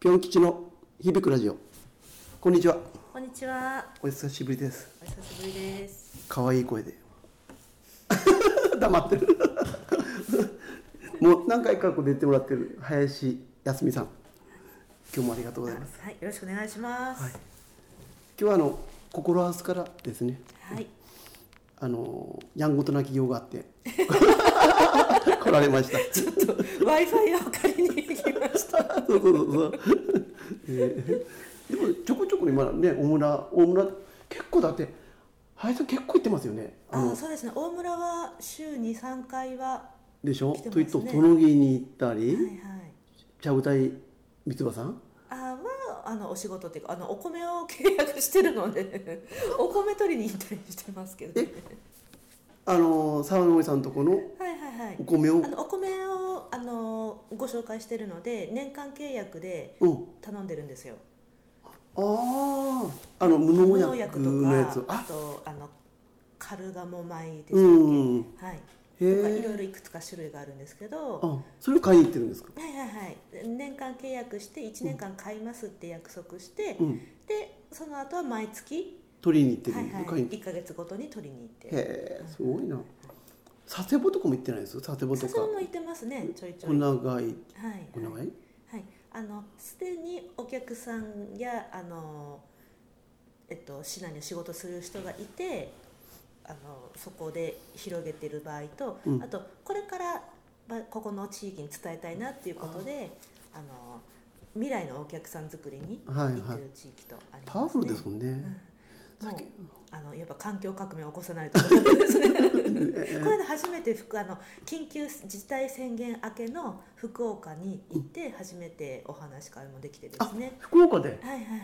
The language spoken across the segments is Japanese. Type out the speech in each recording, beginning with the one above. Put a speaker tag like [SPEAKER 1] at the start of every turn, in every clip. [SPEAKER 1] ぴょん吉の響くラジオこんにちは
[SPEAKER 2] こんにちは。
[SPEAKER 1] お久しぶりです
[SPEAKER 2] お久しぶりです。
[SPEAKER 1] 可愛い声で 黙ってるもう何回かこう出てもらってる林康美さん今日もありがとうございます
[SPEAKER 2] はい、よろしくお願いします。
[SPEAKER 1] はい今日はあの心ハウスからですね
[SPEAKER 2] はい。
[SPEAKER 1] あのやんごとなき用があって 来られました
[SPEAKER 2] ちょっと Wi-Fi を借りに行きました。
[SPEAKER 1] そうそうそうそう。えー、でもちょこちょこ今ね大村大村結構だって林さん結構行ってますよね。 あ
[SPEAKER 2] あ
[SPEAKER 1] の
[SPEAKER 2] あ、そうですね。大村は週に3回は、
[SPEAKER 1] でしょ。
[SPEAKER 2] 来てます
[SPEAKER 1] とい
[SPEAKER 2] ね
[SPEAKER 1] うとトノギに行ったり、
[SPEAKER 2] はいはい。
[SPEAKER 1] 茶舞台三つ葉さん。
[SPEAKER 2] あはあのお仕事っていうかあのお米を契約してるので お米取りに行ったりしてますけど、ね、
[SPEAKER 1] あの沢野さんとこの
[SPEAKER 2] はいはいはい
[SPEAKER 1] お米を
[SPEAKER 2] あのお米をあのご紹介してるので年間契約で
[SPEAKER 1] うん。
[SPEAKER 2] 頼んでるんですよ
[SPEAKER 1] あああの無農
[SPEAKER 2] 無農
[SPEAKER 1] 薬
[SPEAKER 2] 薬
[SPEAKER 1] のや
[SPEAKER 2] と
[SPEAKER 1] つ。
[SPEAKER 2] かあ
[SPEAKER 1] あ
[SPEAKER 2] とあのカルガモ米です、
[SPEAKER 1] うん。へ
[SPEAKER 2] はいとかいろ
[SPEAKER 1] え。
[SPEAKER 2] いろいくつか種類があるんですけど、は
[SPEAKER 1] あそれを買いに行ってるんですか。
[SPEAKER 2] いはいはい、年間契約して1年間買いますって約束して、
[SPEAKER 1] うん。
[SPEAKER 2] でその後は毎月、
[SPEAKER 1] 取りに行ってる
[SPEAKER 2] は
[SPEAKER 1] ん
[SPEAKER 2] い
[SPEAKER 1] です。
[SPEAKER 2] はい、
[SPEAKER 1] 買いに行って
[SPEAKER 2] 1か月ごとに取りに行って
[SPEAKER 1] へえすごいな。佐世保とかも行ってないです。佐世保と
[SPEAKER 2] 笹
[SPEAKER 1] か。
[SPEAKER 2] も行ってますねちょいちょ
[SPEAKER 1] 小
[SPEAKER 2] い、はい
[SPEAKER 1] 長い小
[SPEAKER 2] は
[SPEAKER 1] 長い。
[SPEAKER 2] い、あのすでにお客さんやあの、えっと、市内の仕事する人がいてあのそこで広げてる場合と、
[SPEAKER 1] うん
[SPEAKER 2] あとこれからばここの地域に伝えたいなっていうことであの未来のお客さん作りに
[SPEAKER 1] はいは
[SPEAKER 2] 行
[SPEAKER 1] い
[SPEAKER 2] ってる地域とあります、ね
[SPEAKER 1] パワフルですもんね。
[SPEAKER 2] うん
[SPEAKER 1] さっ
[SPEAKER 2] も
[SPEAKER 1] き
[SPEAKER 2] うあのやっぱ環境革命を起こさないと思うんですねこれで初めて福あの緊急事態宣言明けの福岡に行って初めてお話し会もできてですね、
[SPEAKER 1] 福岡で。
[SPEAKER 2] はいはいはいはい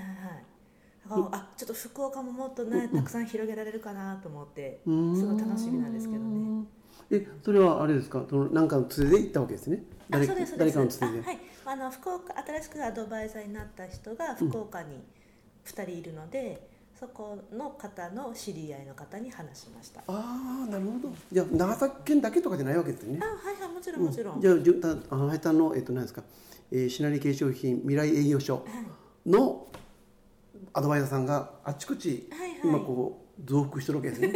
[SPEAKER 2] だからあちょっと福岡ももっとねたくさん広げられるかなと思って、
[SPEAKER 1] うーん
[SPEAKER 2] すごい楽しみなんですけどね。
[SPEAKER 1] え、それはあれですか、そのなんかのつれで行ったわけですね。
[SPEAKER 2] あ
[SPEAKER 1] 誰
[SPEAKER 2] そうですそう
[SPEAKER 1] 誰
[SPEAKER 2] です
[SPEAKER 1] かのつ
[SPEAKER 2] あ
[SPEAKER 1] れで。
[SPEAKER 2] はいあの福岡新しくアドバイザーになった人が福岡に2人いるので、そこの方の知り合いの方に話しましたあ
[SPEAKER 1] ああ、なるほど。じゃあ長崎県だけとかじゃないわけですね。
[SPEAKER 2] はいはいもちろん
[SPEAKER 1] う
[SPEAKER 2] もちろん、
[SPEAKER 1] じゃあ、じゅた、あの、はいたの、えっと、なんですか。えー、シナリ継承品未来営業所
[SPEAKER 2] はい
[SPEAKER 1] の。アドバイザーさんがあちこち、
[SPEAKER 2] はいはい
[SPEAKER 1] 今こう、増幅してるわけです ね。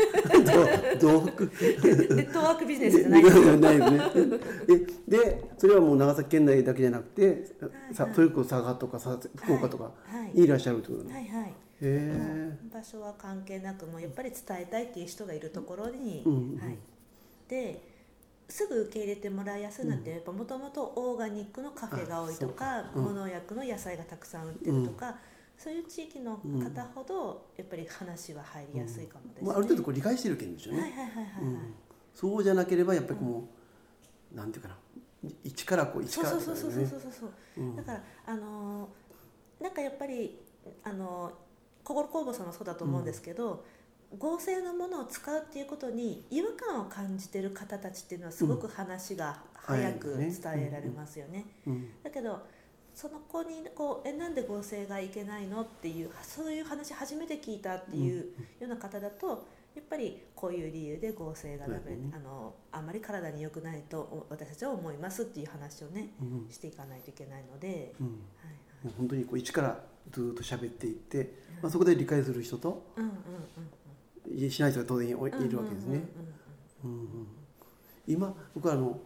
[SPEAKER 1] 増幅。
[SPEAKER 2] ネットワークビジネスじゃないですよ
[SPEAKER 1] ないですね。ででそれはもう長崎県内だけじゃなくて、さ
[SPEAKER 2] はい
[SPEAKER 1] それこそ佐賀とかさ福岡とか
[SPEAKER 2] はい
[SPEAKER 1] にいらっしゃるってことなの。へ
[SPEAKER 2] はいはい
[SPEAKER 1] え。
[SPEAKER 2] 場所は関係なくもうやっぱり伝えたいっていう人がいるところに、
[SPEAKER 1] うんうんうん
[SPEAKER 2] はい、ですぐ受け入れてもらいやすいのってやっぱもともとオーガニックのカフェが多いとか
[SPEAKER 1] うん
[SPEAKER 2] 無農薬の野菜がたくさん売ってるとか、そういう地域の方ほどやっぱり話は入りやすいかもですね。
[SPEAKER 1] まあある程度こう理解してるけんですよ
[SPEAKER 2] はいはい
[SPEAKER 1] ね。
[SPEAKER 2] はいはいはい、
[SPEAKER 1] うん。そうじゃなければやっぱりこうなんていうかな一からこう一
[SPEAKER 2] そう
[SPEAKER 1] から
[SPEAKER 2] そう
[SPEAKER 1] とか
[SPEAKER 2] そうそうそう
[SPEAKER 1] ね。
[SPEAKER 2] そうそう、
[SPEAKER 1] うん
[SPEAKER 2] だからあのーなんかやっぱりあのー心工房さんもそうだと思うんですけど、合成のものを使うっていうことに違和感を感じてる方たちっていうのはすごく話が早く
[SPEAKER 1] 早いね
[SPEAKER 2] 伝えられますよね。
[SPEAKER 1] うん。
[SPEAKER 2] だけどその子にこうえなんで合成がいけないのっていうそういう話初めて聞いたっていうような方だと、やっぱりこういう理由で合成がダメ、
[SPEAKER 1] そうだね
[SPEAKER 2] あのあんまり体に良くないとお私たちは思いますっていう話をね
[SPEAKER 1] うん。
[SPEAKER 2] していかないといけないので、
[SPEAKER 1] うん。
[SPEAKER 2] はいはい、
[SPEAKER 1] もう本当にこう一からずーっと喋っていって、まあそこで理解する人と
[SPEAKER 2] うんうんうん
[SPEAKER 1] しない人が当然おい
[SPEAKER 2] うん
[SPEAKER 1] るわけですね。
[SPEAKER 2] うんうんうん
[SPEAKER 1] うんうん今僕はあの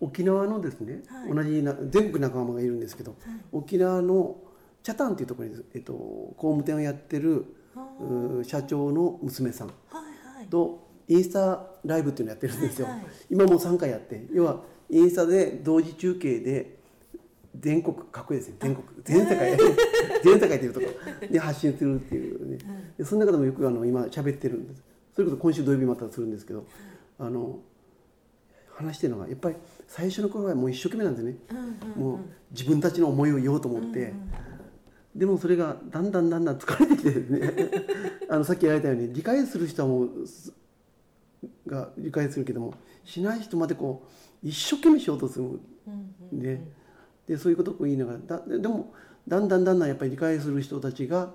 [SPEAKER 1] 沖縄のですね、
[SPEAKER 2] はい
[SPEAKER 1] 同じな全国仲間がいるんですけど沖縄の北谷っていうところに、えっと、工務店をやってる
[SPEAKER 2] うんはい
[SPEAKER 1] うん社長の娘さん
[SPEAKER 2] あーはいはい
[SPEAKER 1] とインスタライブっていうのやってるんですよ、
[SPEAKER 2] はいはい
[SPEAKER 1] 今もう3回やって要はインスタで同時中継で全国かっこいいですね全国全世界全世界っていうとこで発信するっていうねでその中でもよくあの今喋ってるんですそれこそ今週土曜日またするんですけどあの話してるのがやっぱり最初の頃はもう一生懸命なんですよね
[SPEAKER 2] うんうん
[SPEAKER 1] もう自分たちの思いを言おうと思って、でもそれがだんだんだんだん疲れてきてです ねあのさっき言われたように理解する人はもうすが理解するけどもしない人までこう一生懸命しようとするん
[SPEAKER 2] うんうん
[SPEAKER 1] で,、でそういうことをこう言いながらだででもだんだんだんだんやっぱり理解する人たちが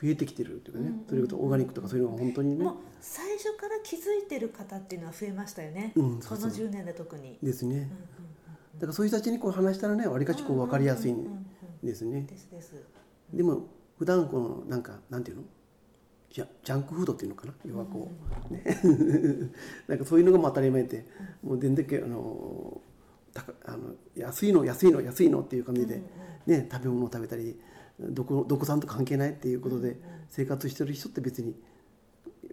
[SPEAKER 1] 増えてきてるっていうかね、
[SPEAKER 2] うんうんうん
[SPEAKER 1] それこそオーガニックとかそういうのが本当にね
[SPEAKER 2] もう最初から気づいてる方っていうのは増えましたよね、
[SPEAKER 1] うんそうそう
[SPEAKER 2] この10年で特に、
[SPEAKER 1] ですね
[SPEAKER 2] うんうん
[SPEAKER 1] だからそういう人たちにこう話したらねわりかしこう分かりやすい、
[SPEAKER 2] うんうんうんうん
[SPEAKER 1] ですね
[SPEAKER 2] ですです
[SPEAKER 1] でも普段このなんかなんていうのいやジャンクフードっていうのかな要はこう、ね なんかそういうのがもう当たり前でもう全然あの高あの安いの安いの安いのっていう感じで、ね、食べ物を食べたりどこどこさんと関係ないっていうことで生活してる人って別に、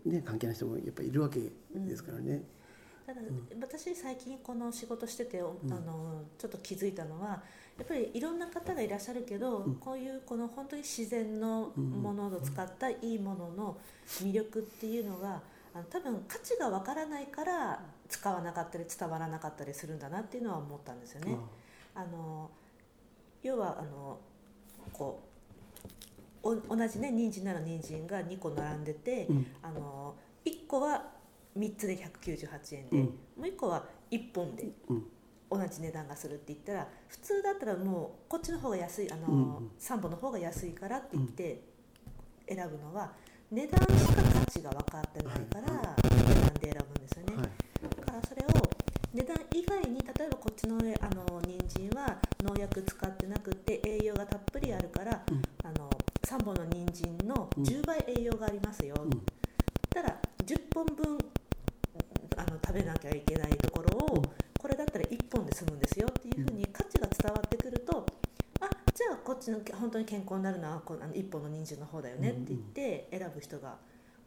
[SPEAKER 1] ね、関係ない人もやっぱいるわけですからね。
[SPEAKER 2] ただ、私最近この仕事してて、おあのちょっと気づいたのはやっぱりいろんな方がいらっしゃるけど、こういうこの本当に自然のものを使ったいいものの魅力っていうのがあの多分価値がわからないから使わなかったり伝わらなかったりするんだなっていうのは思ったんですよね。あの要はあのこうお同じね人参なら人参が2個並んでて、
[SPEAKER 1] うん
[SPEAKER 2] あの1個は3つで198円
[SPEAKER 1] う
[SPEAKER 2] で、
[SPEAKER 1] ん
[SPEAKER 2] もう1個は1本で
[SPEAKER 1] うん
[SPEAKER 2] 同じ値段がするって言ったら普通だったらもうこっちの方が安いあの、
[SPEAKER 1] うんうん
[SPEAKER 2] 3本の方が安いからって言って選ぶのは値段しか価値が分かってないから値段で選ぶんですよね。
[SPEAKER 1] はい
[SPEAKER 2] だからそれを値段以外に例えばこっちのあの人参は農薬使ってなくて栄養がたっぷりあるから、
[SPEAKER 1] うん
[SPEAKER 2] あの3本の人参の
[SPEAKER 1] うん
[SPEAKER 2] 10倍栄養がありますよ、
[SPEAKER 1] うん
[SPEAKER 2] たら10本分あの食べなきゃいけないところを、
[SPEAKER 1] うん
[SPEAKER 2] これだったら1本で済むんですよっていうふうに価値が伝わってくると、あじゃあこっちの本当に健康になるのはこのあの1本の人参の方だよねって言って選ぶ人が。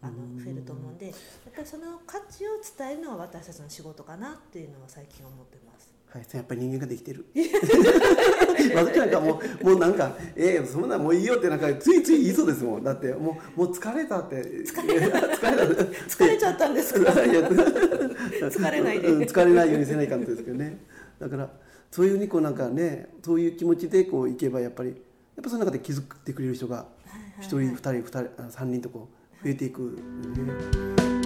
[SPEAKER 2] あの
[SPEAKER 1] うん
[SPEAKER 2] 増えると思うんでやっぱりその価値を伝えるのは私たちの仕事かなっていうのは最近思って ます。
[SPEAKER 1] はい、やっぱり人間ができてる。 私なんかもう、もうなんか、ええそんなんもういいよってなんか、ついつい言いそうですもん、だって、もう、もう疲れたって。疲れた。疲
[SPEAKER 2] 疲れちゃったんですか
[SPEAKER 1] いや
[SPEAKER 2] 疲れ ないで
[SPEAKER 1] うん 疲れないようにせないかんですけどね。だから、そういうふうにこうなんかね、そういう気持ちでこういけば、やっぱり。やっぱその中で気づってくれる人が、一人、二人、二人、あ三人とこう、増えていくんで。